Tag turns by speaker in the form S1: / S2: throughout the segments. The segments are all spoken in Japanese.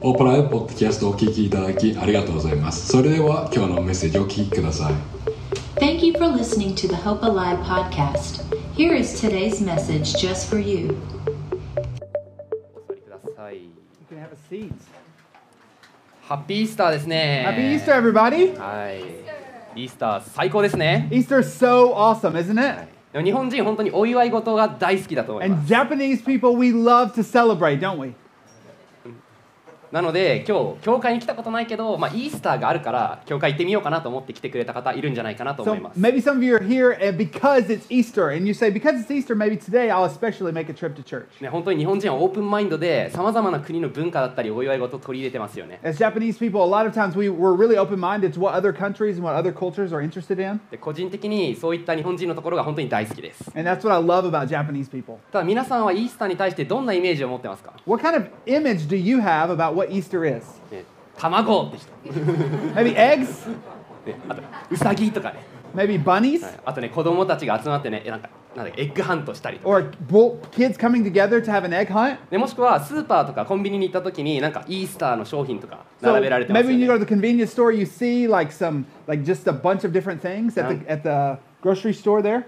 S1: オープナーでポッドキャストをお聞きいただきありがとうございますそれでは今日のメッセージをお聞きください
S2: Thank you for listening to the Hope Alive podcast. Here is today's message just for you.
S3: お座りください。
S4: You can have a seat.
S3: ハッピーイースターですね。
S4: Happy Easter, everybody!
S3: はい。イースター最高ですね。
S4: Easter's so awesome, isn't it?
S3: でも日本人本当にお祝い事が大好きだと思いま
S4: And
S3: す。
S4: Japanese people, we love to celebrate, don't we?
S3: なので今日教会に来たことないけど、まあイースターがあるから教会行ってみようかなと思って来てくれた方いるんじゃないかなと思い
S4: So
S3: ます。
S4: maybe some of you are here and because it's Easter, and you say, because it's Easter, maybe today I'll especially make a trip to church.
S3: ね本当に日本人はオープンマインドでさまざまな国の文化だったりお祝い事を取り入れてますよね。
S4: As Japanese people, a lot of times we, we're really open minded to what other countries and what other cultures are interested in.
S3: で個人的にそういった日本人のところが本当に大好きです。
S4: And that's what I love about Japanese people.
S3: ただ皆さんはイースターに対してどんなイメージを持ってますか。
S4: What kind of image do you have about what Easter is?
S3: ね卵って人、
S4: Maybe eggs?
S3: ねあとウサギとかね。
S4: Maybe bunnies?
S3: はいあとね子供たちが集まってねえなんかなんだっけエッグハントしたりとか
S4: Or bull, kids coming together to have an egg hunt?
S3: でもしくはスーパーとかコンビニに行った時になんかイースターの商品とか
S4: So
S3: 並べられてます
S4: maybe
S3: よ、
S4: when you go to
S3: ね、
S4: the convenience store, you see like some, like just a bunch of different things at the
S3: Yeah.
S4: at the grocery store there.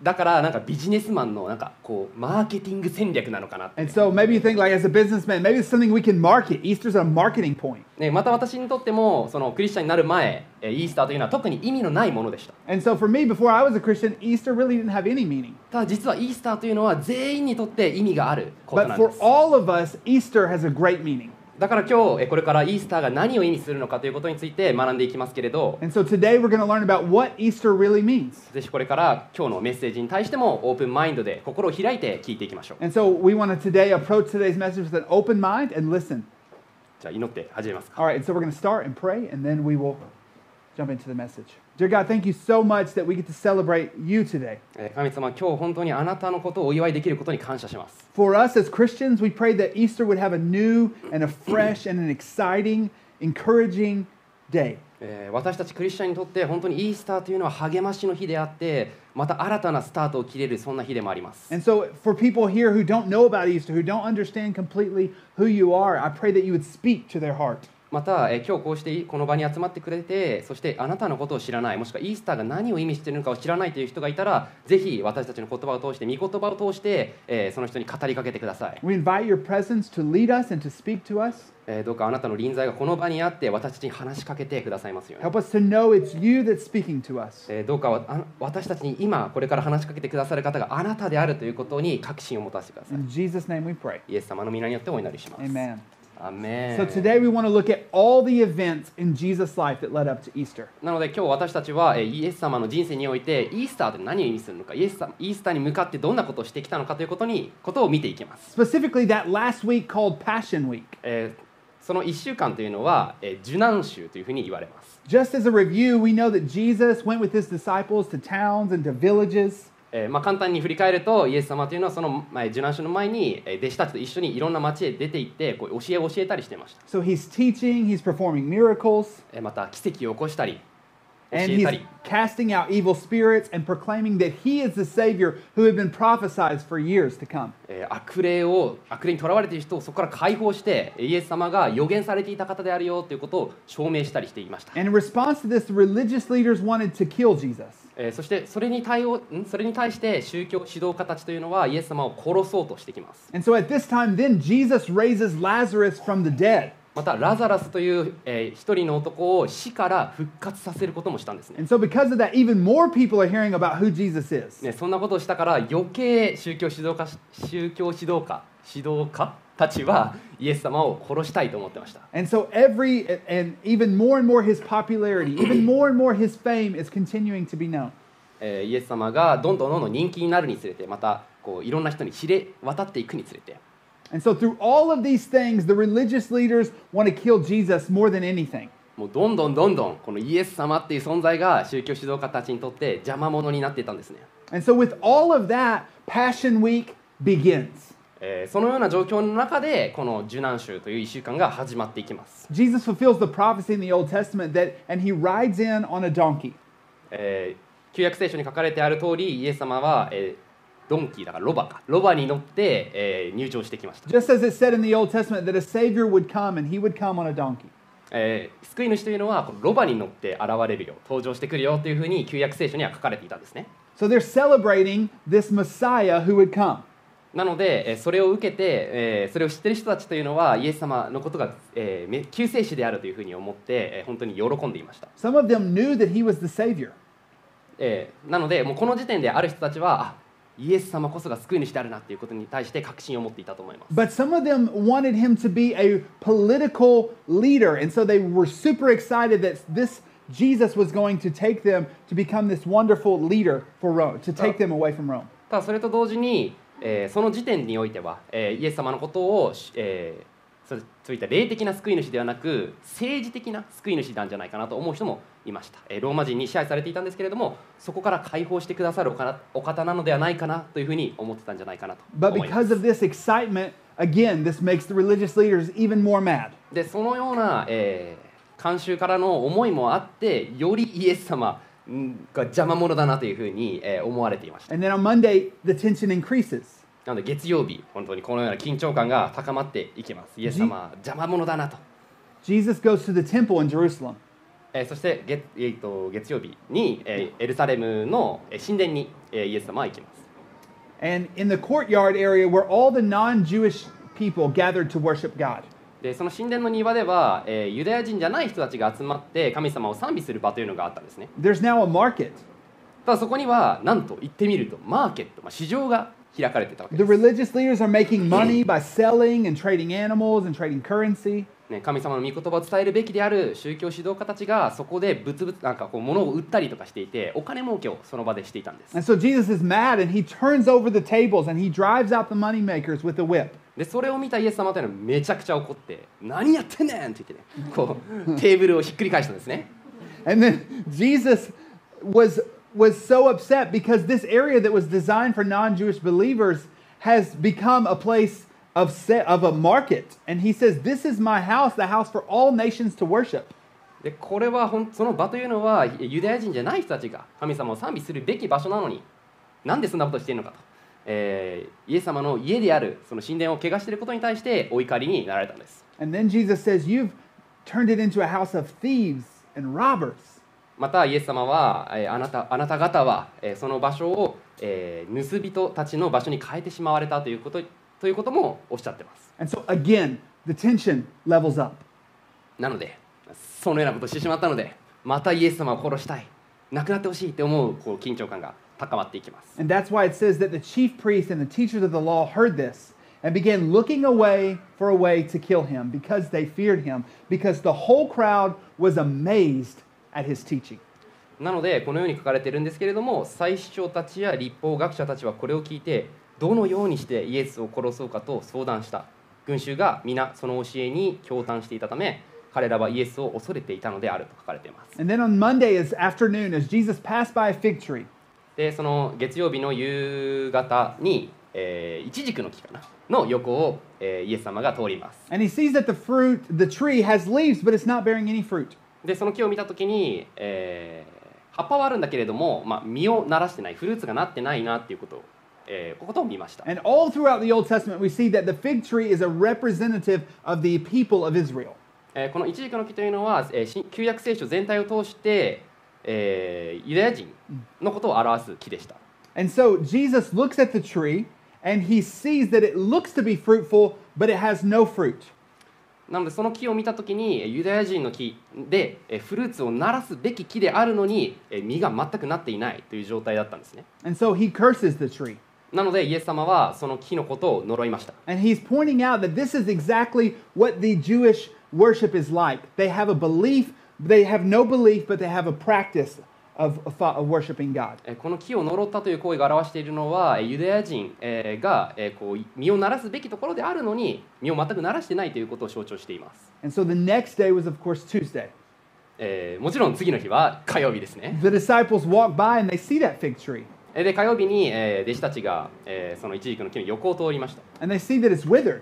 S3: だからなんかビジネスマンのなんかこうマーケティング戦略なのかなって
S4: And so maybe you think like as a businessman, maybe it's something we can market. Easter's a marketing point.
S3: ね、また私にとってもそのクリスチャンになる前えイースターというのは特に意味のないものでした
S4: And so for me, before I was a Christian, Easter really didn't have any meaning.
S3: ただ実はイースターというのは全員にとって意味があることな
S4: But
S3: んで
S4: for
S3: す
S4: all of us, Easter has a great meaning.
S3: だから今日えこれからイースターが何を意味するのかということについて学んでいきますけれど
S4: And so today we're going to learn about what Easter really means.
S3: ぜひこれから今日のメッセージに対してもオープンマインドで心を開いて聞いていきましょう
S4: And so we want to today approach today's message with an open mind and listen.
S3: じゃあ祈って始めますか
S4: All right, and so we're going to start and pray, and then we will jump into the message. Dear God, thank you so much that we get to celebrate you today.
S3: えー神様今日本当にあなたのことをお祝いできることに感謝します
S4: For us as Christians, we pray that Easter would have a new and a fresh and an exciting, encouraging day.
S3: えー私たちクリスチャンにとって本当にイースターというのは励ましの日であってまた新たなスタートを切れるそんな日でもあります
S4: And so, for people here who don't know about Easter, who don't understand completely who you are, I pray that you would speak to their heart.
S3: また、えー今日こうしてこの場に集まってくれてそしてあなたのことを知らないもしくはイースターが何を意味しているのかを知らないという人がいたらぜひ私たちの言葉を通して御言葉を通して、えーその人に語りかけてください
S4: We invite your presence to lead us and to speak to us.
S3: えーどうかあなたの臨在がこの場にあって私たちに話しかけてくださいますように、
S4: Help us to know it's you that's speaking to us.
S3: えーどうかわあ私たちに今これから話しかけてくださる方があなたであるということに確信を持たせてください、
S4: In Jesus' name we pray.
S3: イエス様の皆によってお祈りします
S4: Amen.
S3: アーメン
S4: So today we want to look at all the events in Jesus' life that led up to Easter.
S3: なので今日私たちは、えーイエス様の人生においてイースターって何を意味するのかイエス様イースターに向かってどんなことをしてきたのかということにことを見ていきます、
S4: Specifically, that last week called Passion Week.
S3: えーその1週間というのは、えー受難週というふうに言われます
S4: Just as a review, we know that Jesus went with his disciples to towns and to villages.
S3: えーまあ、簡単に振り返るとイエス様というのはその前受難所の前にえー弟子たちと一緒にいろんな町へ出て行ってこう教えを教えたりしてました、
S4: So he's teaching, he's performing miracles,
S3: えーまた奇跡を起こしたり教
S4: and
S3: え
S4: he's
S3: たり、
S4: casting out evil spirits and proclaiming that he is the Savior who had been prophesied for years to come.
S3: えー悪霊を悪霊にとらわれている人をそこから解放してイエス様が予言されていた方であるよということを証明したりしていました、
S4: And in response to this, the religious leaders wanted to kill Jesus.
S3: えーそしてそれに対応んそれに対して宗教指導家たちというのはイエス様を殺そうとしてきます
S4: And so at this time, then Jesus raises Lazarus from the dead.
S3: またラザラスという、えー一人の男を死から復活させることもしたんですね
S4: And so, because of that, even more people are hearing about who Jesus is.
S3: ね、そんなことをしたから余計宗教指導家宗教指導家指導家たちはイエス様を殺したいと思ってました、
S4: And so, every, and even more and more his popularity, even more and more his fame is continuing to be known.
S3: えーイエス様がどんどんどんどん人気になるにつれてまたこういろんな人に知れ渡っていくにつれて、
S4: And so, through all of these things, the religious leaders want to kill Jesus more than anything.
S3: もうどんどんどんどんこのイエス様っていう存在が宗教指導家たちにとって邪魔者になっていたんですね、
S4: And so, with all of that, Passion Week begins.
S3: えーそのような状況の中でこの受難週という1週間が始まっていきます、
S4: Jesus fulfills the prophecy in the Old Testament that, and he rides in on a donkey.
S3: えー旧約聖書に書かれてある通りイエス様は、えードンキーだからロバかロバに乗って、えー入場してきました、
S4: Just as it said in the Old Testament that a Savior would come and he would come on a donkey.
S3: えー救い主というのはこのロバに乗って現れるよ登場してくるよというふうに旧約聖書には書かれていたんですね
S4: So they're celebrating this Messiah who would come.
S3: なのでえーそれを受けてえーそれを知ってる人たちというのはイエス様のことがえーめ救世主であるというふうに思ってえー本当に喜んでいました、
S4: Some of them knew that he was the Savior.
S3: えーなのでもうこの時点である人たちはあイエス様こそが救い主であるなということに対して確信を持っていたと思います
S4: But some of them wanted him to be a political leader. And so they were super excited that this Jesus was going to take them to become this wonderful leader for Rome, to take them away from Rome.
S3: ただそれと同時に、えーその時点においては、えーイエス様のことを、しえーそれそういった霊的な救い主ではなく政治的な救い主なんじゃないかなと思う人もいました、えーローマ人に支配されていたんですけれどもそこから解放してくださるおかお方なのではないかなというふうに思ってたんじゃないかなと
S4: But
S3: 思いま
S4: because
S3: す
S4: of this excitement, again, this makes the religious leaders even more mad.
S3: でそのような、えー慣習からの思いもあってよりイエス様んが邪魔者だなというふうに、えー思われていました
S4: And then on Monday, the tension increases.
S3: なので月曜日、本当にこのような緊張感が高まっていきます。イエス様は邪魔者だなと。
S4: Jesus goes to the temple in Jerusalem.
S3: えーそして月,、えーと月曜日に、えーエルサレムのえー神殿に、えーイエス様は行きます。
S4: And in the courtyard area where all the non Jewish people gathered to worship God.
S3: でその神殿の庭では、えーユダヤ人じゃない人たちが集まって神様を賛美する場というのがあったんですね。
S4: There's now a market.
S3: ただそこにはなんと行ってみるとマーケット、まあ、市場が開かれてたわけ
S4: The
S3: です、
S4: religious leaders are making money by selling and trading animals and trading currency.
S3: ね。神様の御言葉を伝えるべきである宗教指導家たちがそこで物々なんかこう物を売ったりとかしていてお金儲けをその場でしていたんです。
S4: And so Jesus is mad and he turns over the tables and he drives out the moneymakers with a whip.
S3: でそれを見たイエス様というのはめちゃくちゃ怒って「何やってんねん!」って言ってねこうテーブルをひっくり返したんですね
S4: And then Jesus was was so upset because this area that was designed for non-Jewish believers has become a place of set, of a market. And he says, "This is my house, the house for all nations to worship."
S3: でこれはほんその場というのはユダヤ人じゃない人たちが神様を賛美するべき場所なのになんでそんなことしてるのかと、えーイエス様の家であるその神殿を汚していることに対してお怒りになられたんです
S4: And then Jesus says, "You've turned it into a house of thieves and robbers."
S3: またイエス様は、えーあなたあなた方は、えーその場所を、えー盗人たちの場所に変えてしまわれたということということもおっしゃってます
S4: And so again, the tension levels up.
S3: なのでそのようなことをしてしまったのでまたイエス様を殺したい亡くなってほしいって思うこう緊張感が高まっていきます
S4: And that's why it says that the chief priests and the teachers of the law heard this and began looking away for a way to kill him because they feared him, because the whole crowd was amazed at his teaching.
S3: なのでこのように書かれているんですけれども祭司長たちや立法学者たちはこれを聞いてどのようにしてイエスを殺そうかと相談した群衆が皆その教えに共嘆していたため彼らはイエスを恐れていたのであると書かれています
S4: And then on Monday as afternoon, as Jesus passed by a fig tree,
S3: でその月曜日の夕方に、えー、イチジクの木かなの横を、えーイエス様が通ります
S4: and he sees that the fruit, the tree has leaves, but it's not bearing any fruit.
S3: でその木を見た時に、えー葉っぱはあるんだけれども、まあ、実をならしてないフルーツがなってないなっていうことを、えーことを見ました、
S4: And all throughout the Old Testament, we see that the fig tree is a representative of the people of Israel.
S3: えーこのイチジクの木というのは、えー新旧約聖書全体を通して、えーユダヤ人のことを表す木でした
S4: And so Jesus looks at the tree and he sees that it looks to be fruitful, but it has no fruit.
S3: なのでその木を見た時にえーユダヤ人の木で、えーフルーツをならすべき木であるのに、えー実が全くなっていないという状態だったんですね
S4: And so he curses the tree.
S3: なのでイエス様はその木のことを呪いました
S4: And he's pointing out that this is exactly what the Jewish worship is like. They have a belief, they have no belief, but they have a practice of, of, of worshiping God.
S3: えーこの木を呪ったという行為が表しているのはえーユダヤ人えーがえーこう身を鳴らすべきところであるのに身を全く鳴らしてないということを象徴しています、
S4: And so the next day was, of course, Tuesday.
S3: えーもちろん次の日は火曜日ですね
S4: The disciples walk by and they see that fig tree
S3: えーで火曜日にえー弟子たちがえーそのイチジクの木の横を通りました、
S4: and they see that it's withered.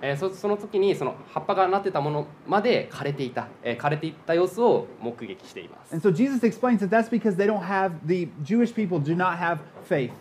S3: えーそその時にその葉っぱがなってたものまで枯れていた、えー枯れていった様子を目撃しています
S4: And so Jesus explains that that's because they don't have, the Jewish people do not have faith.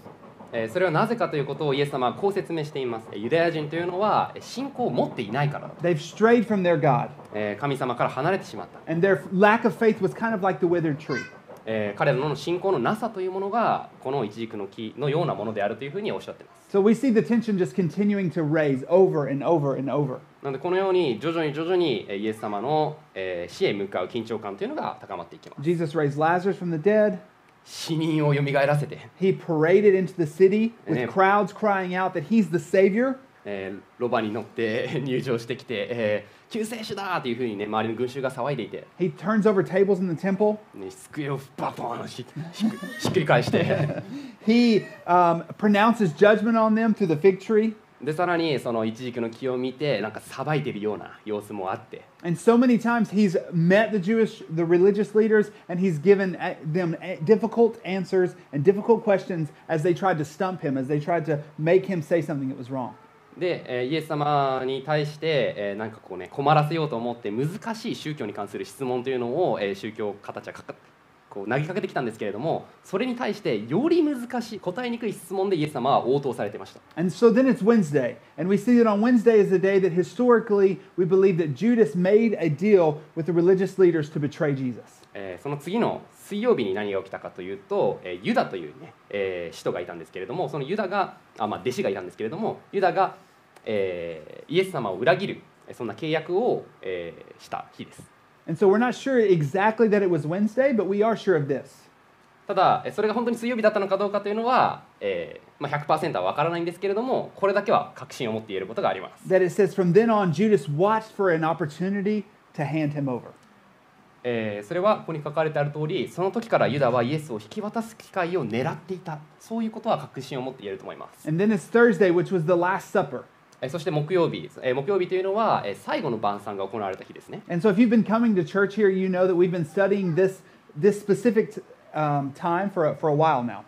S3: えーそれはなぜかということをイエス様はこう説明していますえーユダヤ人というのはえー信仰を持っていないからだと、
S4: They've strayed from their God,
S3: えー神様から離れてしまった、
S4: and their lack of faith was kind of like the withered tree.
S3: えー彼らの信仰のなさというものがこの一軸の木のようなものであるというふうにおっしゃっています
S4: So we see the tension just continuing to raise over and over and over.
S3: なのでこのように徐々に徐々にえーイエス様のえー死へ向かう緊張感というのが高まっていきます
S4: Jesus raised Lazarus from the dead.
S3: 死人をよみがえらせて、
S4: He paraded into the city with
S3: Amen.
S4: crowds crying out that he's the Savior.
S3: えーロバに乗って 入場してきて、えー救世主だというふうにね周りの群衆が騒いでいて
S4: He turns over tables in the temple.
S3: ね、机をバポーンひひっくひっくり返して
S4: He um, pronounces judgment on them through the fig tree.
S3: でさらにその一軸の木を見てなんかさばいてるような様子もあって
S4: And so many times he's met the Jewish, the religious leaders, and he's given uh, them uh, difficult answers and difficult questions as they tried to stump him, as they tried to make him say something that was wrong.
S3: で、えーイエス様に対して、えーなんかこうね困らせようと思って難しい宗教に関する質問というのを、えー宗教家たちはかかこう投げかけてきたんですけれどもそれに対してより難しい答えにくい質問でイエス様は応答されてました
S4: And so then it's Wednesday. And we see that on Wednesday is the day that historically we believe that Judas made a deal with the religious leaders to betray Jesus.
S3: えーその次の水曜日に何が起きたかというと、えーユダという、ねえー使徒がいたんですけれどもそのユダがあ、まあ、弟子がいたんですけれどもユダが、えーイエス様を裏切るえーそんな契約を、えーした日です
S4: And so we're not sure exactly that it was Wednesday, but we are sure of this
S3: ただえーそれが本当に水曜日だったのかどうかというのは、えーまあ、100%は分からないんですけれどもこれだけは確信を持って言えることがあります
S4: that it says, From then on, Judas watched for an opportunity to hand him over.
S3: えーそれはここに書かれてある通りその時からユダはイエスを引き渡す機会を狙っていたそういうことは確信を持って言えると思います
S4: And then it's Thursday, which was the Last Supper.
S3: えーそして木曜日、えー木曜日というのは、えー最後の晩餐が行われた日ですね。
S4: And so if you've been coming to church here, you know that we've been studying this, this specific um, time for a, for a while now.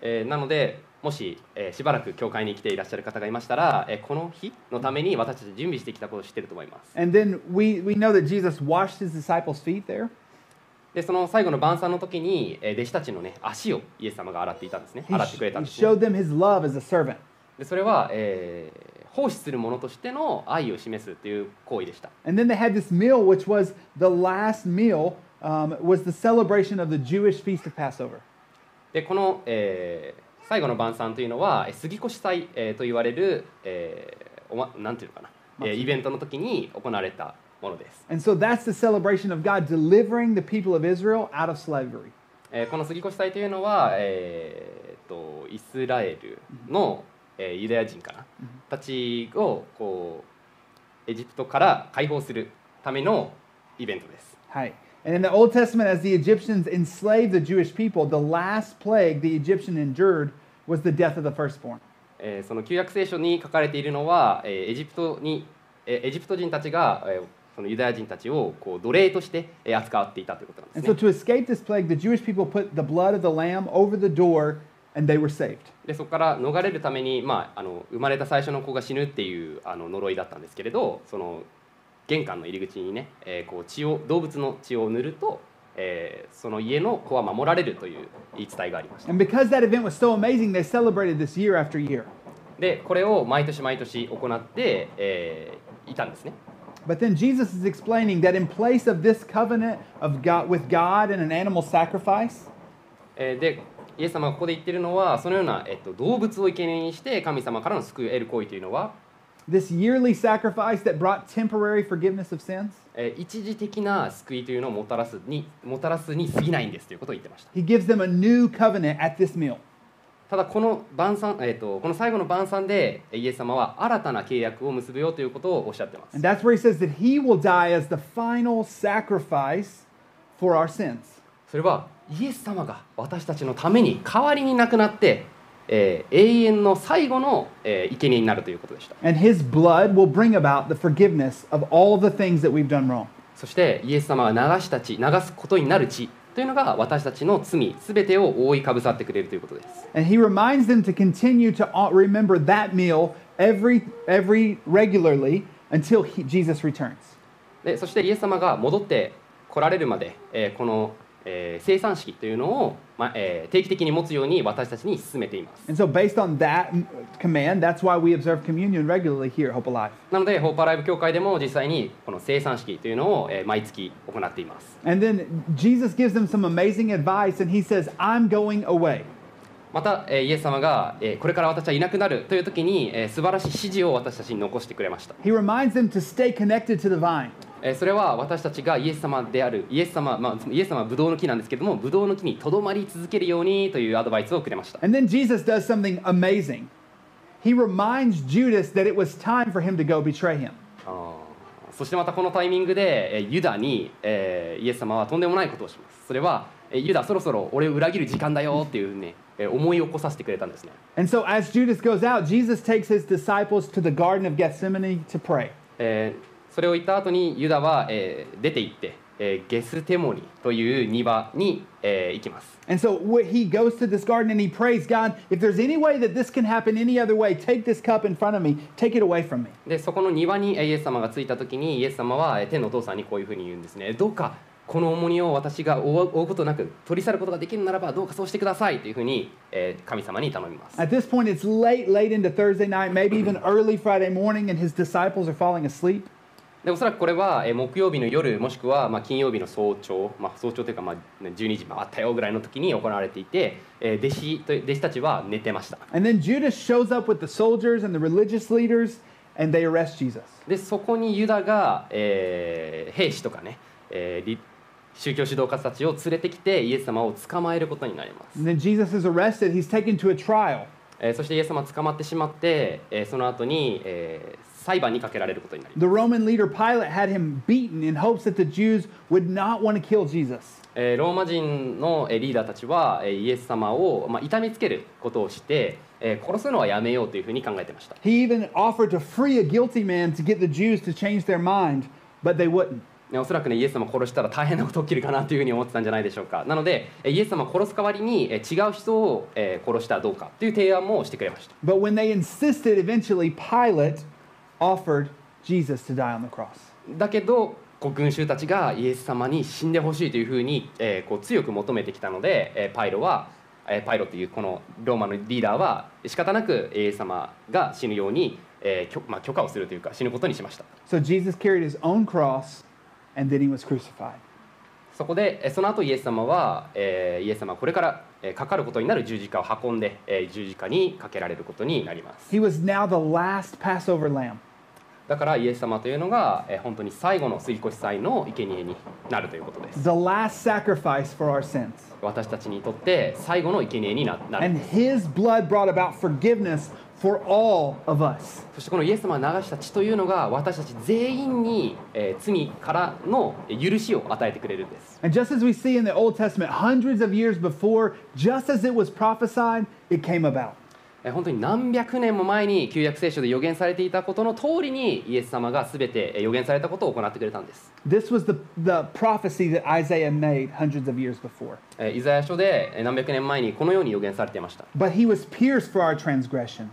S3: えーなので、もし、えーしばらく教会に来ていらっしゃる方がいましたら、えーこの日のために私たち準備してきたことを知っていると思います。
S4: And then we, we know that Jesus washed his disciples' feet there.
S3: で、その最後の晩餐の時に、えー弟子たちのね、足をイエス様が洗っていたんですね。
S4: He,
S3: 洗っ
S4: sh-
S3: てくれたん
S4: he
S3: です、ね。
S4: showed them his love as a servant.
S3: で、それは、えー奉仕する者としての愛を示すという行為でした。
S4: And then they had this meal, which was the last meal, um, was the celebration of the Jewish feast of Passover.
S3: でこの、えー最後の晩餐というのはえー杉越祭、えーと言われる、えーおま、なんていうのかな、えーイベントの時に行われたものです、
S4: And so that's the celebration of God delivering the people of Israel out of slavery.
S3: えーこの杉越祭というのは、えーとイスラエルの、えーユダヤ人かなたちをこうエジプトから解放するためのイベントです、
S4: Hi. And in the Old Testament, as the Egyptians enslaved the Jewish people, the last plague the Egyptian endured was the death of the firstborn.
S3: えーその旧約聖書に書かれているのは、えーエジプトに、えーエジプト人たちが、えーそのユダヤ人たちをこう奴隷としてえー扱っていたということなんで
S4: And
S3: す
S4: so
S3: ね。
S4: to escape this plague, the Jewish people put the blood of the lamb over the door and they were saved.
S3: でそこから逃れるために、まあ、あの生まれた最初の子が死ぬっていうあの呪いだったんですけれどその玄関の入り口にね、えーこう血を動物の血を塗ると、えーその家の子は守られるという言い伝えがありました
S4: And because that event was so amazing, they celebrated this year after year.
S3: でこれを毎年毎年行って、えーいたんですね
S4: But then Jesus is explaining that in place of this covenant of God with God and an animal sacrifice,
S3: えーでイエス様がここで言ってるのはそのような、えっと、動物を生贄にして神様からの救いを得る行為というのは、
S4: this yearly sacrifice that brought temporary forgiveness of sins,
S3: えー一時的な救いというのをもたらすにもたらすに過ぎないんですということを言ってました
S4: he gives them a new covenant at this meal.
S3: ただこの晩餐、えー、とこの最後の晩餐でえーイエス様は新たな契約を結ぶよということをおっしゃってま
S4: And
S3: す
S4: that's where he says that he will die as the final sacrifice for our sins.
S3: それはイエス様が私たちのために代わりに亡くなって、えー永遠の最後の、えー、生贄になるということでした
S4: And his blood will bring about the forgiveness of all the things that we've done wrong.
S3: そしてイエス様が流した血流すことになる血というのが私たちの罪すべてを覆いかぶさってくれるということです
S4: And he reminds them to continue to uh, remember that meal every every regularly until he, Jesus returns.
S3: でそしてイエス様が戻って来られるまで、えーこのえー生産式というのを、まあえー定期的に持つように私たちに進めています
S4: And so, based on that m- command, that's why we observe communion regularly here at Hope Alive.
S3: なのでホーパーライブ協会でも実際にこの生産式というのを、えー毎月行っています
S4: And then Jesus gives them some amazing advice, and he says, I'm going away.
S3: また、えーイエス様が、えーこれから私はいなくなるという時に、えー素晴らしい指示を私たちに残してくれました、
S4: He reminds them to stay connected to the vine.
S3: えーそれは私たちがイエス様であるイエス様、まあ、イエス様はブドウの木なんですけどもブドウの木にとどまり続けるようにというアドバイスをくれました
S4: And then Jesus does something amazing. He reminds Judas that it was time for him to go betray him.
S3: あーそしてまたこのタイミングでえーユダに、えーイエス様はとんでもないことをしますそれはえーユダそろそろ俺を裏切る時間だよっていうねえー思い起こさせてくれたんですね
S4: And so, as Judas goes out, Jesus takes his disciples to the Garden of Gethsemane to pray.
S3: えーそれを言った後にユダは、えー出て行って、えーゲステモニという庭に、えー行きます
S4: And so wh- he goes to this garden and he prays, God, if there's any way that this can happen any other way, take this cup in front of me, take it away from me.
S3: でそこの庭にえーイエス様が着いた時にイエス様はえー天のお父さんにこういうふうに言うんですねどうかこの重荷を私が負う負うことなく取り去ることができるならばどうかそうしてくださいというふうに、えー神様に頼みます
S4: At this point, it's late, late into Thursday night, maybe even early Friday morning, and his disciples are falling asleep.
S3: でおそらくこれは、えー木曜日の夜もしくは、まあ、金曜日の早朝、まあ、早朝というか、まあ、12時回ったよぐらいの時に行われていて、えー弟子と弟子たちは寝てました
S4: And then Judas shows up with the soldiers and the religious leaders, and they arrest Jesus.
S3: でそこにユダが、えー兵士とかね、えーり宗教指導家たちを連れてきてイエス様を捕まえることになります、
S4: And then Jesus is arrested. He's taken to a trial.
S3: えーそしてイエス様は捕まってしまって、えーその後に、えー裁判にかけられることになります
S4: The Roman leader Pilate had him beaten in hopes that the Jews would not want to kill Jesus.
S3: えーローマ人のえーリーダーたちはえーイエス様を、まあ、痛めつけることをして、えー殺すのはやめようというふうに考えてました
S4: He even offered to free a guilty man to get the Jews to change their mind, but they wouldn't.
S3: ねおそらくねイエス様殺したら大変なこと起きるかなというふうに思ってたんじゃないでしょうかなのでえイエス様殺す代わりにえ違う人をえー殺したらどうかという提案もしてくれました
S4: But when they insisted, eventually Pilate offered Jesus to die on the cross.
S3: だけどこう群衆たちがイエス様に死んでほしいというふうに、えーこう強く求めてきたので、えーパイロは、えーパイロというこのローマのリーダーは仕方なくイエス様が死ぬように、えーきょまあ、許可をするというか死ぬことにしました
S4: So Jesus carried his own cross, and then he was crucified.
S3: そこでえーその後イエス様は、えーイエス様はこれからえーかかることになる十字架を運んで、えー十字架にかけられることになります
S4: He was now the last Passover lamb.
S3: だからイエス様というのが、えー本当に最後の杉越祭の生贄になるということです
S4: the last sacrifice for our sins.
S3: 私たちにとって最後の生贄にななる
S4: And his blood brought about forgiveness for all of us.
S3: そしてこのイエス様が流した血というのが私たち全員に、えー罪からのえー許しを与えてくれるんです。
S4: And just as we see in the Old Testament, hundreds of years before, just as it was prophesied, it came about.
S3: えー本当に何百年も前に旧約聖書で予言されていたことの通りにイエス様が全てえー予言されたことを行ってくれたんです。
S4: This was the, the prophecy that Isaiah made hundreds of years before.
S3: えーイザヤ書でえー何百年前にこのように予言されていました。
S4: But he was pierced for our transgressions,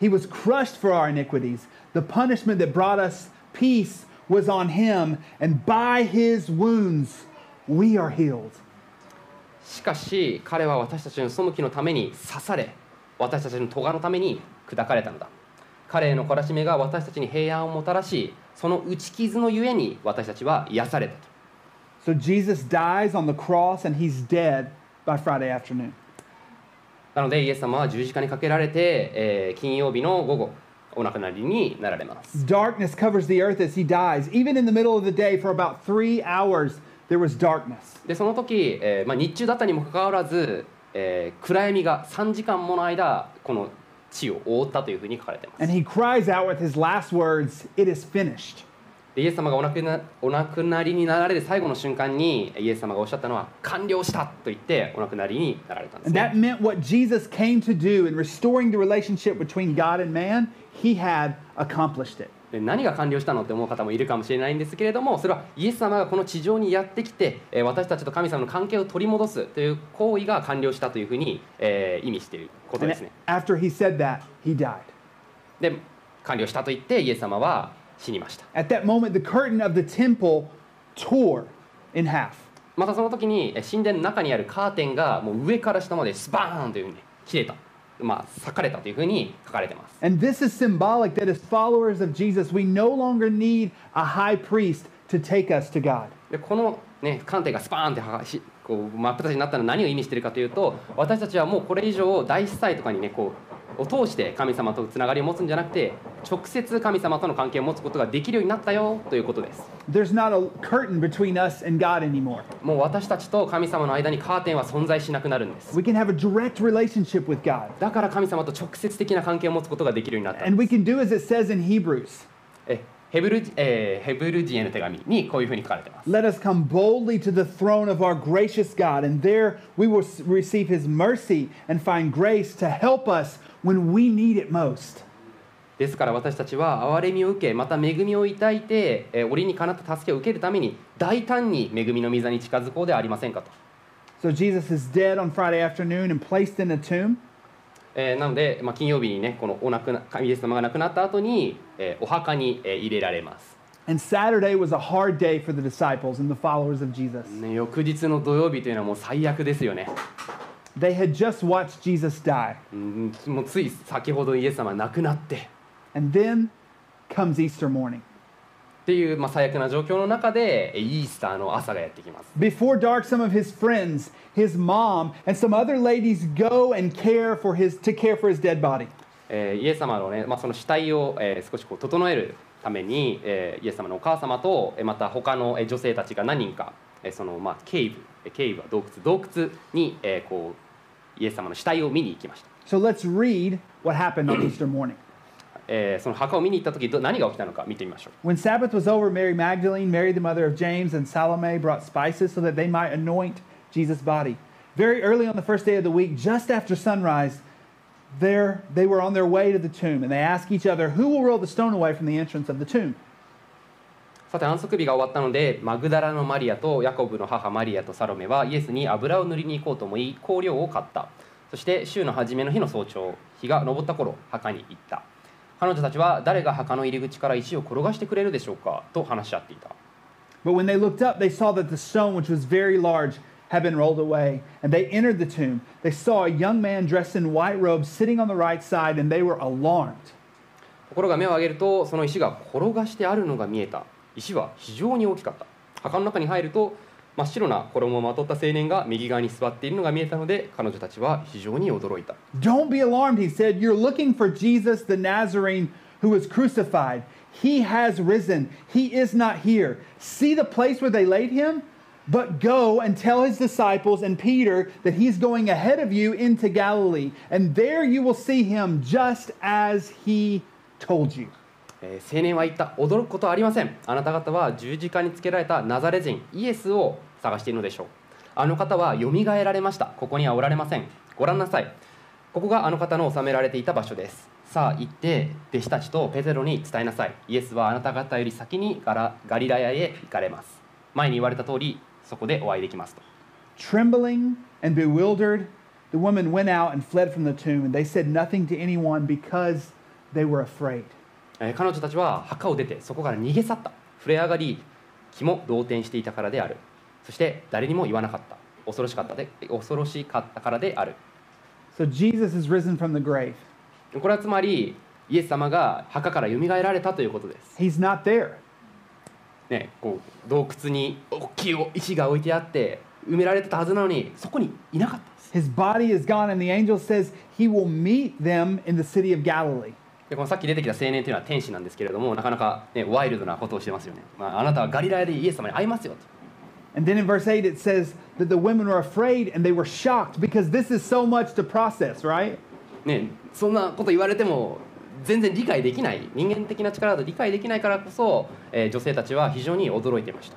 S4: he was crushed for our iniquities. The punishment that brought us peace was on him, and by his wounds, we are healed.
S3: しかし彼は私たちの背きのために刺され私たちの咎のために砕かれたのだ彼への懲らしめが私たちに平安をもたらしその打ち傷のゆえに私たちは癒されたと
S4: So Jesus dies on the cross and he's dead by Friday afternoon.
S3: なのでイエス様は十字架にかけられて、えー金曜日の午後お亡くなりになられます、
S4: Darkness covers the earth as he dies. Even in the middle of the day, for about three hours, there was darkness.
S3: でその時、えーまあ、日中だったにもかかわらず、えー暗闇が3時間もの間この地を覆ったというふうに書かれています
S4: And he cries out with his last words, It is finished.
S3: でイエス様がお亡くなお亡くなりになられる最後の瞬間にイエス様がおっしゃったのは「完了した!」と言ってお亡くなりになられたんです、
S4: And
S3: ね
S4: that meant what Jesus came to do in restoring the relationship between God and man, he had accomplished it.
S3: で何が完了したのって思う方もいるかもしれないんですけれどもそれはイエス様がこの地上にやってきてえー私たちと神様の関係を取り戻すという行為が完了したというふうに、えー意味していることで
S4: And
S3: すね
S4: after he said that, he died.
S3: で完了したと言ってイエス様は死にました
S4: At that moment, the curtain of the temple tore in half.
S3: またその時にえ神殿の中にあるカーテンがもう上から下までスバーンというふうに切れた、まあ、裂かれたというふうに書かれてます
S4: And this is symbolic that as followers of Jesus, we no longer need a high priest to take us to God.
S3: でこの、ね、観点がスパーンってはしこう真っ二つになったのは何を意味しているかというと私たちはもうこれ以上大司祭とかにねこうを通して神様とつながりを持つんじゃなくて直接神様との関係を持つことができるようになったよということです
S4: There's not a curtain between us and God anymore.
S3: もう私たちと神様の間にカーテンは存在しなくなるんです
S4: We can have a direct relationship with God.
S3: だから神様と直接的な関係を持つことができるようになった
S4: And we can do as it says in Hebrews
S3: えヘブルジ、えーヘブル人への手紙にこういうふうに書かれてます
S4: let us come boldly to the throne of our gracious God, and there we will s- receive his mercy and find grace to help us when we need it most.
S3: ですから私たちは憐れみを受けまた恵みをいただいて、えー折にかなった助けを受けるために大胆に恵みの御座に近づこうではありませんかと、
S4: So Jesus is dead on Friday afternoon and placed in a tomb.
S3: えーなので、まあ、金曜日にねこのお亡くな神イエス様が亡くなった後に、えーお墓に、えー入れられます、
S4: And Saturday was a hard day for the disciples and the followers of Jesus.
S3: ね翌日の土曜日というのはもう最悪ですよね
S4: They had just watched Jesus die.
S3: うんもうつい先ほどイエス様は亡くなって
S4: And then comes Easter
S3: っ
S4: morning.
S3: ていう、まあ、最悪な状況の中でえーイースターの朝がやってきます
S4: Before dark, some of his friends, his mom, and some other ladies go and care for his to care for his dead body.
S3: えーイエス様のね、まあ、その死体を、えー少しこう整えるために、えーイエス様のお母様とえーまた他のえー女性たちが何人か、えーそのまあケイブえーケイブは洞窟洞窟に、えーこうイエス様の死体を見に行きました、
S4: So let's read what happened on Easter morning.
S3: えーその墓を見に行った時ど何が起きたのか見てみましょう
S4: When Sabbath was over, Mary Magdalene, Mary the mother of James, and Salome brought spices so that they might anoint Jesus' body. Very early on the first day of the week, just after sunrise, there they were on their way to the tomb, and they asked each other, "Who will roll the stone away from the entrance of the tomb?"
S3: さて安息日が終わったのでマグダラのマリアとヤコブの母マリアとサロメはイエスに油を塗りに行こうと思い香料を買ったそして週の初めの日の早朝日が昇った頃墓に行った彼女たちは誰が墓の入り口から石を転がしてくれるでしょうかと話し合っていた
S4: But when they looked up, they saw that the stone, which was very large, had been rolled away, and they entered the tomb. They saw a young man dressed in white robes sitting on the right side, and they were alarmed.
S3: ところが目を上げるとその石が転がしてあるのが見えた石は非常に大きかった墓の中に入ると真っ白な衣をまとった青年が右側に座っているのが見えたので彼女たちは非常に驚いた
S4: Don't be alarmed, he said. You're looking for Jesus the Nazarene who was crucified. He has risen. He is not here. See the place where they laid him? But go and tell his disciples and Peter that he's going ahead of you into Galilee, and there you will see him just as he told you.
S3: えー青年は言った驚くことはありませんあなた方は十字架につけられたナザレ人イエスを探しているのでしょうあの方はよみがえられましたここにはおられませんご覧なさいここがあの方の収められていた場所ですさあ行って弟子たちとペテロに伝えなさいイエスはあなた方より先にガラガリラヤへ行かれます前に言われた通りそこでお会いできますと
S4: Trembling and bewildered, the women went out and fled from the tomb, and they said nothing to anyone because they were afraid.
S3: えー彼女たちは墓を出てそこから逃げ去った触れ上がり気も動転していたからであるそして誰にも言わなかった恐ろしかったで恐ろしかったからである
S4: So Jesus is risen from the grave.
S3: これはつまりイエス様が墓から蘇られたということです、
S4: He's not there.
S3: ね、こう洞窟に大きい石が置いてあって埋められてたはずなのにそこにいなかったんです
S4: His body is gone, and the angel says he will meet them in the city of Galilee.
S3: でこのさっき出てきた青年というのは天使なんですけれどもなかなか、ね、ワイルドなことをしてますよね、まあ、あなたはガリラヤでイエス様に会いますよと
S4: And then in verse 8, it says that the women were afraid and they were shocked because this is so much to process, right?
S3: ね、そんなこと言われても全然理解できない人間的な力だと理解できないからこそ、えー女性たちは非常に驚いていました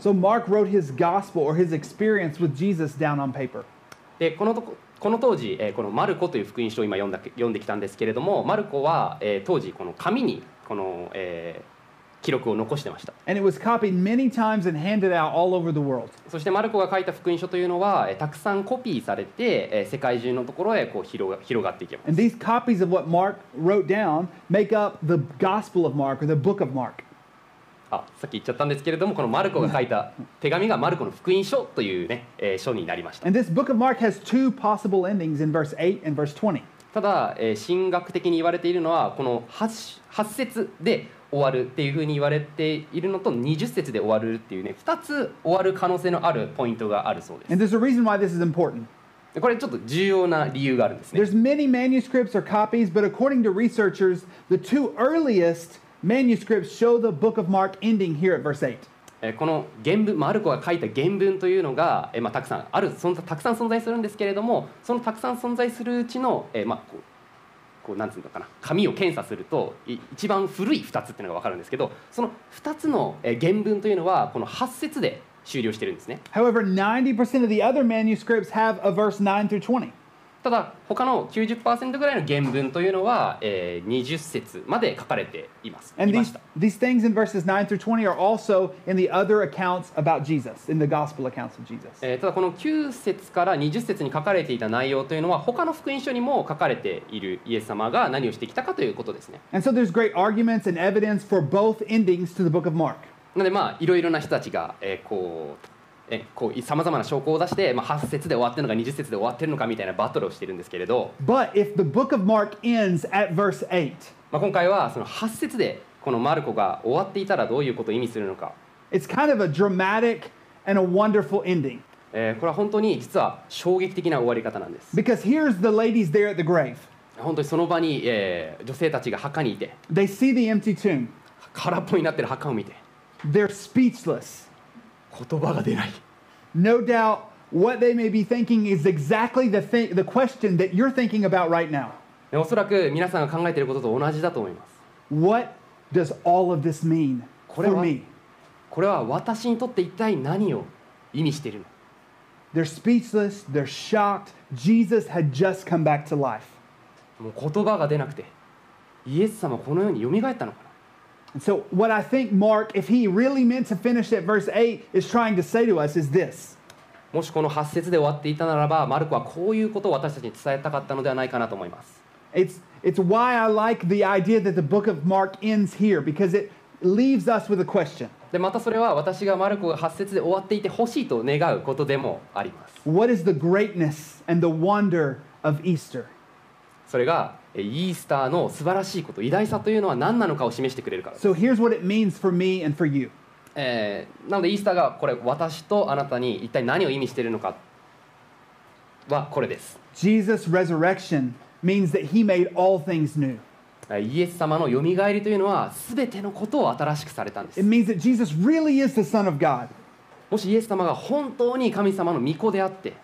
S4: So Mark wrote his gospel or his experience with Jesus down on paper.
S3: でこのとここの当時、えーこのマルコという福音書を今読んだ読んできたんですけれどもマルコは、えー当時この紙にこの、えー記録を残してました
S4: And it was copied many times and handed out all over the world.
S3: そしてマルコが書いた福音書というのは、えーたくさんコピーされて、えー世界中のところへこう広が広がっていきます
S4: And these copies of what Mark wrote down make up the Gospel of Mark or the Book of Mark.
S3: あさっき言っちゃったんですけれどもこのマルコが書いた手紙がマルコの福音書というね、えー書になりました
S4: And this book of Mark has two possible endings in verse 8 and verse 20.
S3: ただ、えー神学的に言われているのはこの 8, 8節で終わるっていうふうに言われているのと20節で終わるっていうね2つ終わる可能性のあるポイントがあるそうです
S4: And there's a reason why this is important.
S3: でこれちょっと重要な理由があるんですね
S4: There's many manuscripts or copies, but according to researchers, the two earliest manuscripts show the book of Mark ending here at verse 8.
S3: えーこの原文マルコが書いた原文というのが、えーまあ、たくさんある存在たくさん存在するんですけれどもそのたくさん存在するうちの、えーまあ、こうこうなんつうのかな紙を検査するとい一番古い2つっていうのが分かるんですけどその2つのえー原文というのはこの8節で終了してるんですね
S4: However, 90% of the other manuscripts have a verse 9 through 20.
S3: ただ他の90%ぐらいの原文というのは、えー20節まで書かれています
S4: And
S3: いま
S4: these,
S3: した
S4: these things in verses 9 through 20 are also in the other accounts about Jesus, in the gospel accounts of Jesus.
S3: えーただこの9節から20節に書かれていた内容というのは他の福音書にも書かれているイエス様が何をしてきたかということですね
S4: And so there's great arguments and evidence for both endings to the book of Mark.
S3: なのでまあいろいろな人たちが、えーこうえーこうさまざまな証拠を出して、まあ、8節で終わってるのか20節で終わってるのかみたいなバトルをしてるんですけれど、
S4: But if the book of Mark ends at verse 8,
S3: まあ、今回はその8節でこのマルコが終わっていたらどういうことを意味するのか、
S4: it's kind of a dramatic and a wonderful ending.
S3: えーこれは本当に実は衝撃的な終わり方なんです
S4: Because here's the ladies there at the grave.
S3: 本当にその場に、えー女性たちが墓にいて
S4: They see the empty tomb,
S3: 空っぽになってる墓を見て
S4: they're speechless.
S3: 言葉が出ない
S4: No doubt what they may be thinking is exactly the, thing, the question that you're thinking about right now.
S3: でおそらく皆さんが考えていることと同じだと思います
S4: What does all of this mean for
S3: これは-
S4: me?
S3: これは私にとって一体何を意味しているの
S4: They're speechless, they're shocked. Jesus had just come back to life.
S3: もう言葉が出なくてイエス様はこの世によみがえったのかな
S4: And so, what I think Mark, if he really meant to finish at verse 8, is trying to say to us is this
S3: もしこの8節で終わっていたならばマルコはこういうことを私たちに伝えたかったのではないかなと思います
S4: it's, it's why I like the idea that the book of Mark ends here, because it leaves us with a question
S3: でまたそれは私がマルコが8節で終わっていてほしいと願うことでもあります
S4: What is the greatness and the wonder of Easter?
S3: それがえイースターの素晴らしいこと偉大さというのは何なのかを示してくれるからです、
S4: So, here's what it means for me and for you
S3: えーなのでイースターがこれ私とあなたに一体何を意味しているのかはこれです
S4: Jesus' resurrection means that he made all things new.
S3: イエス様のよみがえりというのは全てのことを新しくされたんです
S4: It means that Jesus really is the Son of God.
S3: もしイエス様が本当に神様の御子であって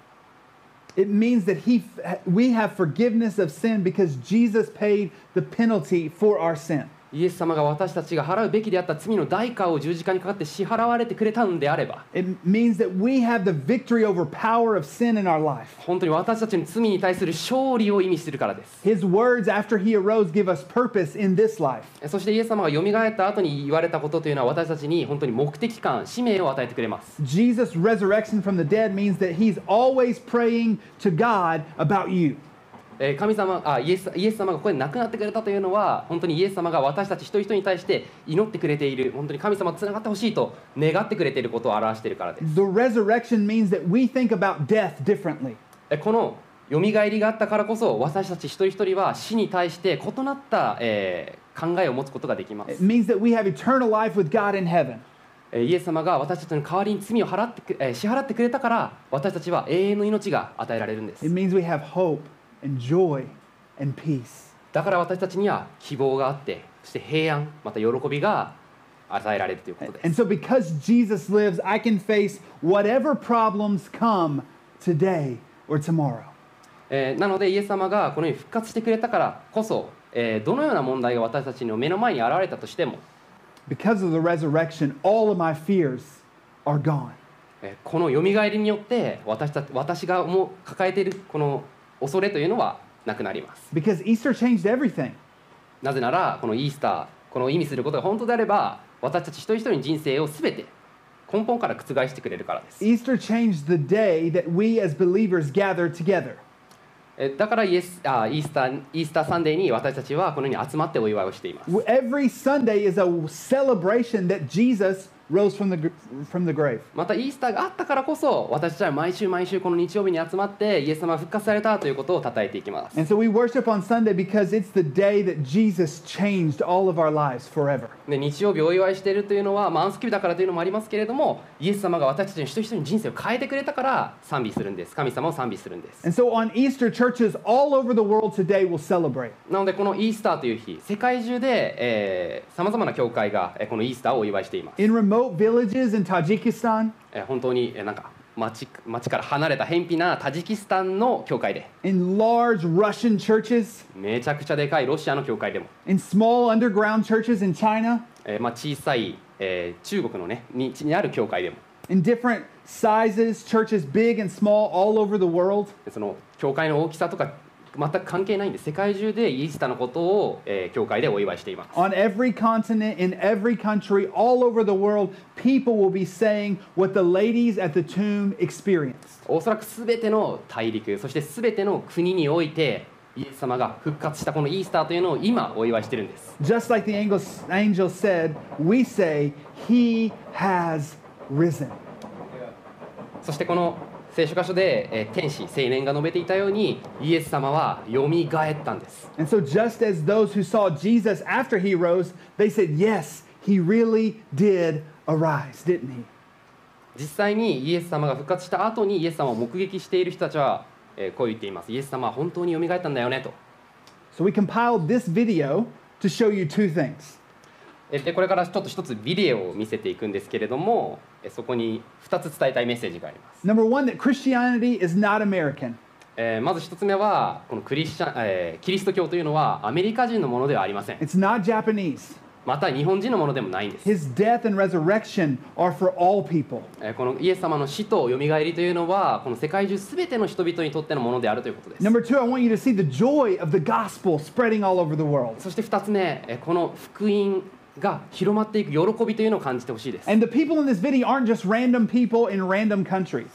S4: It means that he, we have forgiveness of sin because Jesus paid the penalty for our sin.
S3: イエス様が私たちが払うべきであった罪の代価を十字架にかかって支払われてくれたのであれば
S4: It means that we have the victory over power of sin in our life.
S3: 本当に私たちの罪に対する勝利を意味しているからです
S4: His words after he arose give us purpose in this life.
S3: そしてイエス様がよみがえった後に言われたことというのは私たちに本当に目的感使命を与えてくれます
S4: Jesus' resurrection from the dead means that he's always praying to God about you.
S3: えー神様あイエスイエス様がここで亡くなってくれたというのは本当にイエス様が私たち一人一人に対して祈ってくれている本当に神様とつながってほしいと願ってくれていることを表しているからです
S4: The resurrection means that we think about death differently.
S3: えーこのよみがえりがあったからこそ私たち一人一人は死に対して異なった、えー考えを持つことができます
S4: It means that we have eternal life with God in heaven.
S3: えーイエス様が私たちの代わりに罪を払ってくえー支払ってくれたから私たちは永遠の命が与えられるんで
S4: It
S3: す
S4: means we have hope and joy and peace.
S3: だから私たちには希望があってそして平安また喜びが与えられるということです
S4: And so, because Jesus lives, I can face whatever problems come today or tomorrow.
S3: えーなのでイエス様がこのように復活してくれたからこそ、えーどのような問題が私たちの目の前に現れたとしても、
S4: Because of the resurrection, all of my fears are gone.
S3: えーこのよみがえりによって私た私がもう抱えているこの恐れというのはなくなります
S4: Because Easter changed everything.
S3: なぜならこのイースターこの意味することが本当であれば私たち一人一人の人生を全て根本から覆してくれるからです、
S4: Easter changed the day that we as believers gather together.
S3: えだからイエスあイースターイースターサンデーに私たちはこのように集まってお祝いをしています
S4: Every Sunday is a celebration that Jesus rose from the, gr- from the grave.
S3: またイースターがあったからこそ私たちは毎週毎週この日曜日に集まってイエス様が復活されたということを称えていきます
S4: And so we worship on Sunday because it's the day that Jesus changed all of our lives forever.
S3: で日曜日お祝いしているというのは、まあ、アンスキューだからというのもありますけれどもイエス様が私たちの一人一人の人生を変えてくれたから賛美するんです神様を賛美するんです
S4: And so on Easter, churches all over the world today will celebrate.
S3: なのでこのイースターという日世界中でさまざまな教会がえーこのイースターをお祝いしています
S4: In remote villages in Tajikistan,
S3: えー本当にえーなんか町町から離れた偏僻なタジキスタンの教会で
S4: in large Russian churches,
S3: めちゃくちゃでかいロシアの教会でも
S4: in small underground churches in China,
S3: えーまあ、小さい、えー中国のねににある教会でも
S4: in different sizes, churches big and small all over the world.
S3: その教会の大きさとか全く関係ないんで世界中でイースターのことを、えー教会でお祝いしています
S4: On every continent, in every country, all over the world, people will be saying what the ladies at the tomb experienced.
S3: おそらく全ての大陸そして全ての国においてイエス様が復活したこのイースターというのを今お祝いしてるんです
S4: Just like the angel, angel said, we say, He has risen.
S3: そしてこの聖書箇所で、えー天使青年が述べていたようにイエス様はよみがえったんです
S4: And so, just as those who saw Jesus after he rose, they said, Yes, he really did arise, didn't he?
S3: 実際にイエス様が復活した後にイエス様を目撃している人たちは、えーこう言っていますイエス様は本当によみがえったんだよねと
S4: So, we compiled this video to show you two things.
S3: えでこれからちょっと一つビデオを見せていくんですけれどもえそこに2つ伝えたいメッセージがあります、
S4: Number one, that Christianity is not American.
S3: えーまず1つ目はこのクリスチャン、えーキリスト教というのはアメリカ人のものではありません
S4: It's not Japanese.
S3: また日本人のものでもないんです、
S4: His death and resurrection are for all people.
S3: えーこのイエス様の死とよみがえりというのはこの世界中全ての人々にとってのものであるということです
S4: Number two, I want you to see the joy of the gospel spreading all over the world.
S3: そして2つ目えーこの福音が広まっていく喜びというのを感じてほしいです、
S4: And the people in this video aren't just random people in random countries.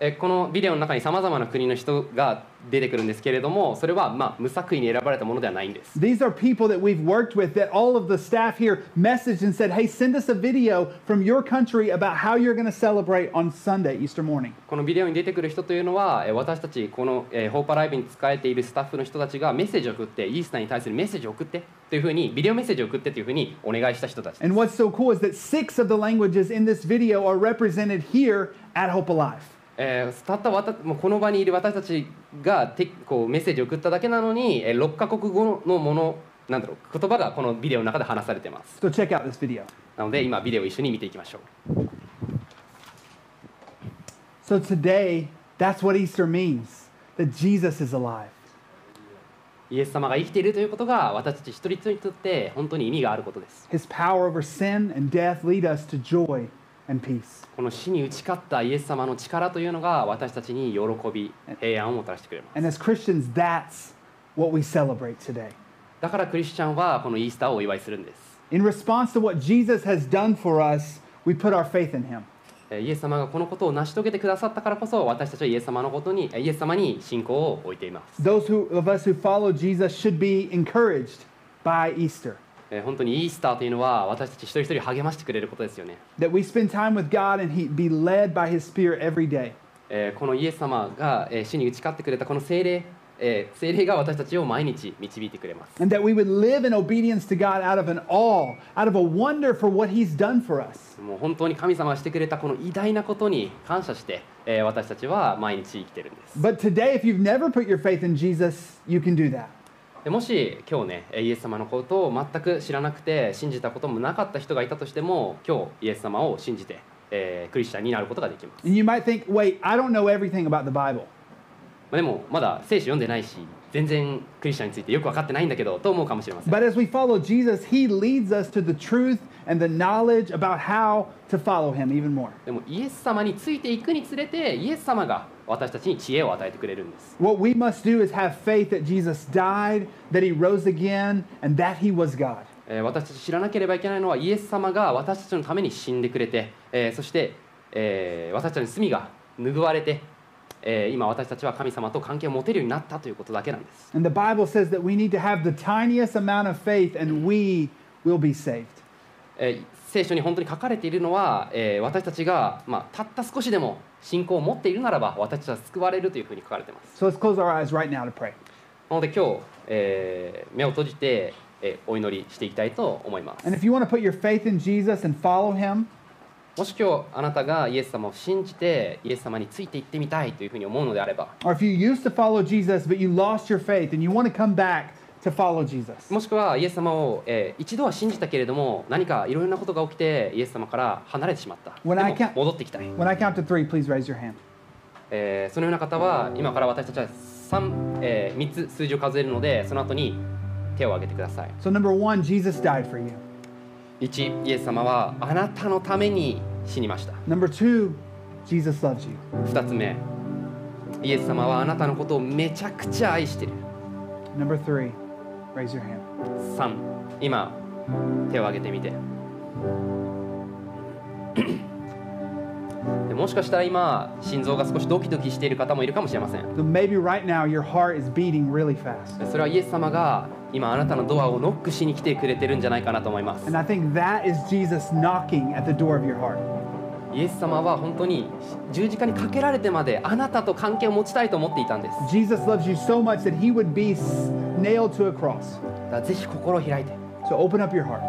S3: えーこのビデオの中にさまざまな国の人が出てくるんですけれどもそれはまあ無作為に選ばれたものではないんです
S4: These are people that we've worked with that all of the staff here messaged and said, hey, send us a video from your country about how you're going to celebrate on Sunday, Easter morning.
S3: このビデオに出てくる人というのはえー私たちこのえーホーパーライブに仕えているスタッフの人たちがメッセージを送ってイースターに対するメッセージを送ってというふうにビデオメッセージを送ってというふうにお願いした人たち
S4: And what's so cool is that six of the languages in this video are represented here at Hope Alive.
S3: えーたったわたもうこの場にいる私たちがてこうメッセージを送っただけなのに6カ国語のものなんだろう言葉がこのビデオの中で話されてます
S4: So check out this video.
S3: なので今ビデオを一緒に見ていきましょう
S4: So today, that's what Easter means that Jesus is alive.
S3: イエス様が生きているということが私たち一人一人にとって本当に意味があることです
S4: His power over sin and death lead us to joy and peace.
S3: この死に打ち勝ったイエス様の力というのが私たちに喜び平安をもたらしてくれます
S4: And as Christians, that's what we celebrate today.
S3: だからクリスチャンはこのイースターをお祝いするんです
S4: In response to what Jesus has done for us, we put our faith in him.
S3: えーイエス様がこのことを成し遂げてくださったからこそ私たちはイエス様のことにえーイエス様に信仰を置いています
S4: Those who, of us who follow Jesus should be encouraged by Easter.
S3: えー本当にイースターというのは私たち一人一人励ましてくれることですよね、
S4: That we spend time with God and he be led by his spirit every day.
S3: えーこのイエス様がえー死に打ち勝ってくれたこの聖霊、えー聖霊が私たちを毎日導いてくれます
S4: And that we would live in obedience to God out of an awe, out of a wonder for what he's done for us.
S3: もう本当に神様がしてくれたこの偉大なことに感謝して、えー私たちは毎日生きてるんです
S4: But today, if you've never put your faith in Jesus, you can do that.
S3: でもし今日ねえーイエス様のことを全く知らなくて信じたこともなかった人がいたとしても今日イエス様を信じて、えークリスチャンになることができます、ま
S4: And you might think, wait, I don't know everything about the Bible.
S3: あでもまだ聖書読んでないし全然クリスチャンについてよく分かってないんだけどと思うかもしれません
S4: But as we follow Jesus, he leads us to the truth and the knowledge about how to follow him even more.
S3: でもイエス様についていくにつれてイエス様が私たちに知恵を与えてくれるんです
S4: What we must do is have faith that Jesus died, that he rose again, and that he was God.
S3: えー私たち知らなければいけないのはイエス様が私たちのために死んでくれて、えーそして、えー私たちの罪が拭われて、えー今私たちは神様と関係を持てるようになったということだけなんです。
S4: And the Bible says that we need to have the tiniest amount of faith and we will be saved.
S3: えー聖書に本当に書かれているのは、えー私たちが、まあ、たった少しでも信仰を持っているならば私たちは救われるというふうに書かれています。
S4: So let's close our eyes right now to pray.
S3: なので今日、えー目を閉じて、えーお祈りしていきたいと思いま
S4: And
S3: す
S4: if you want to put your faith in Jesus and follow him,
S3: もし今日あなたがイエス様を信じてイエス様についていってみたいというふうに思うのであれば
S4: or if you used to follow Jesus but you lost your faith and you want to come back to follow Jesus,
S3: もしくはイエス様を、えー一度は信じたけれども何かいろいろなことが起きてイエス様から離れてしまったで
S4: When I can-
S3: も戻ってきたい、
S4: when I count to three, please raise your hand.
S3: えーそのような方は今から私たちは 3,、えー3つ数字を数えるのでその後に手を挙げてください
S4: So, number one, Jesus died for you.
S3: 1イエス様はあなたのために死にました
S4: Number two, Jesus loves you.
S3: 2つ目イエス様はあなたのことをめちゃくちゃ愛してる
S4: Number three, raise your hand.
S3: 3今手を挙げてみてでもしかしたら今心臓が少しドキドキしている方もいるかもしれません
S4: So, maybe right now your heart is beating really fast.
S3: それはイエス様が今あなたのドアをノックしに来てくれてるんじゃないかなと思います
S4: And I think that is Jesus knocking at the door of your heart.
S3: イエス様は本当に十字架にかけられてまであなたと関係を持ちたいと思っていたんです
S4: Jesus loves you so much that he would be s- nailed to a cross.
S3: だからぜひ心を開いて
S4: So open up your hearts.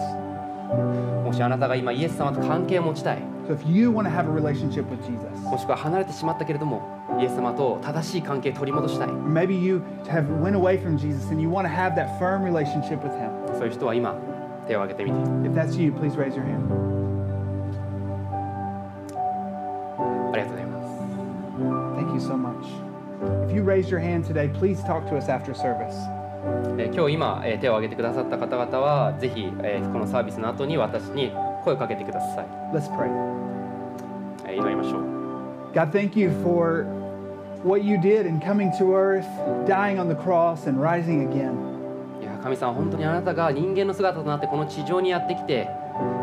S3: もしあなたが今イエス様と関係を持ちたい
S4: So if you want to have a relationship with Jesus,
S3: もしくは離れてしまったけれどもイエス様と正しい関係を取り戻したい
S4: or maybe you have went away from Jesus and you want to have that firm relationship with him,
S3: そういう人は今手を挙げてみて
S4: if that's you, please raise your hand.
S3: ありがとうございます。
S4: Thank you so much. If you raised your hand today, please talk to us after service.
S3: えー今日今、えー手を挙げてくださった方々は、ぜひ、えーこのサービスの後に私に声をかけてください。
S4: Let's pray.
S3: えー祈りましょう。
S4: God, thank you for what you did in coming to earth, dying on the cross, and rising again.
S3: いや神様、本当にあなたが人間の姿となってこの地上にやってきて、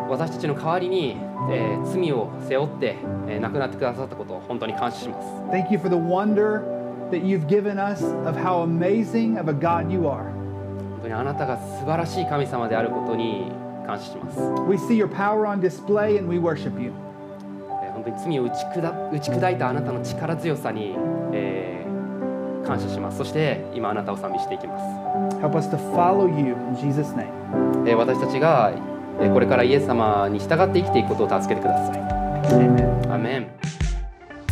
S3: 私たちの代わりに、えー罪を背負って、えー亡くなってくださったことを本当に感謝します。
S4: Thank you for the wonder that you've given us of how amazing of a God you are.
S3: 本当にあなたが素晴らしい神様であることに感謝します。
S4: We see your power on display and we worship you.
S3: えー本当に罪を打ち砕打ち砕いたあなたの力強さに、えー感謝しますそして今あなたを賛美していきます、
S4: Help us to follow you in Jesus' name.
S3: えー私たちが、えーこれからイエス様に従って生きていくことを助けてください
S4: Amen.
S3: アーメン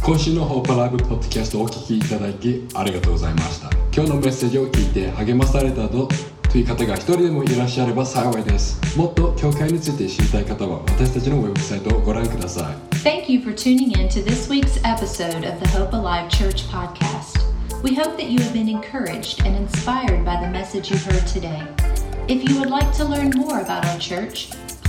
S1: 今週のホープライブポッドキャストをお聞きいただきありがとうございました今日のメッセージを聞いて励まされたとという方が一人でもいらっしゃれば幸いですもっと教会について知りたい方は私たちのウェブサイトをご覧ください
S2: Thank you for tuning in to this week's episode of the Hope Alive Church podcast. We hope that you have been encouraged and inspired by the message you heard today. If you would like to learn more about our church,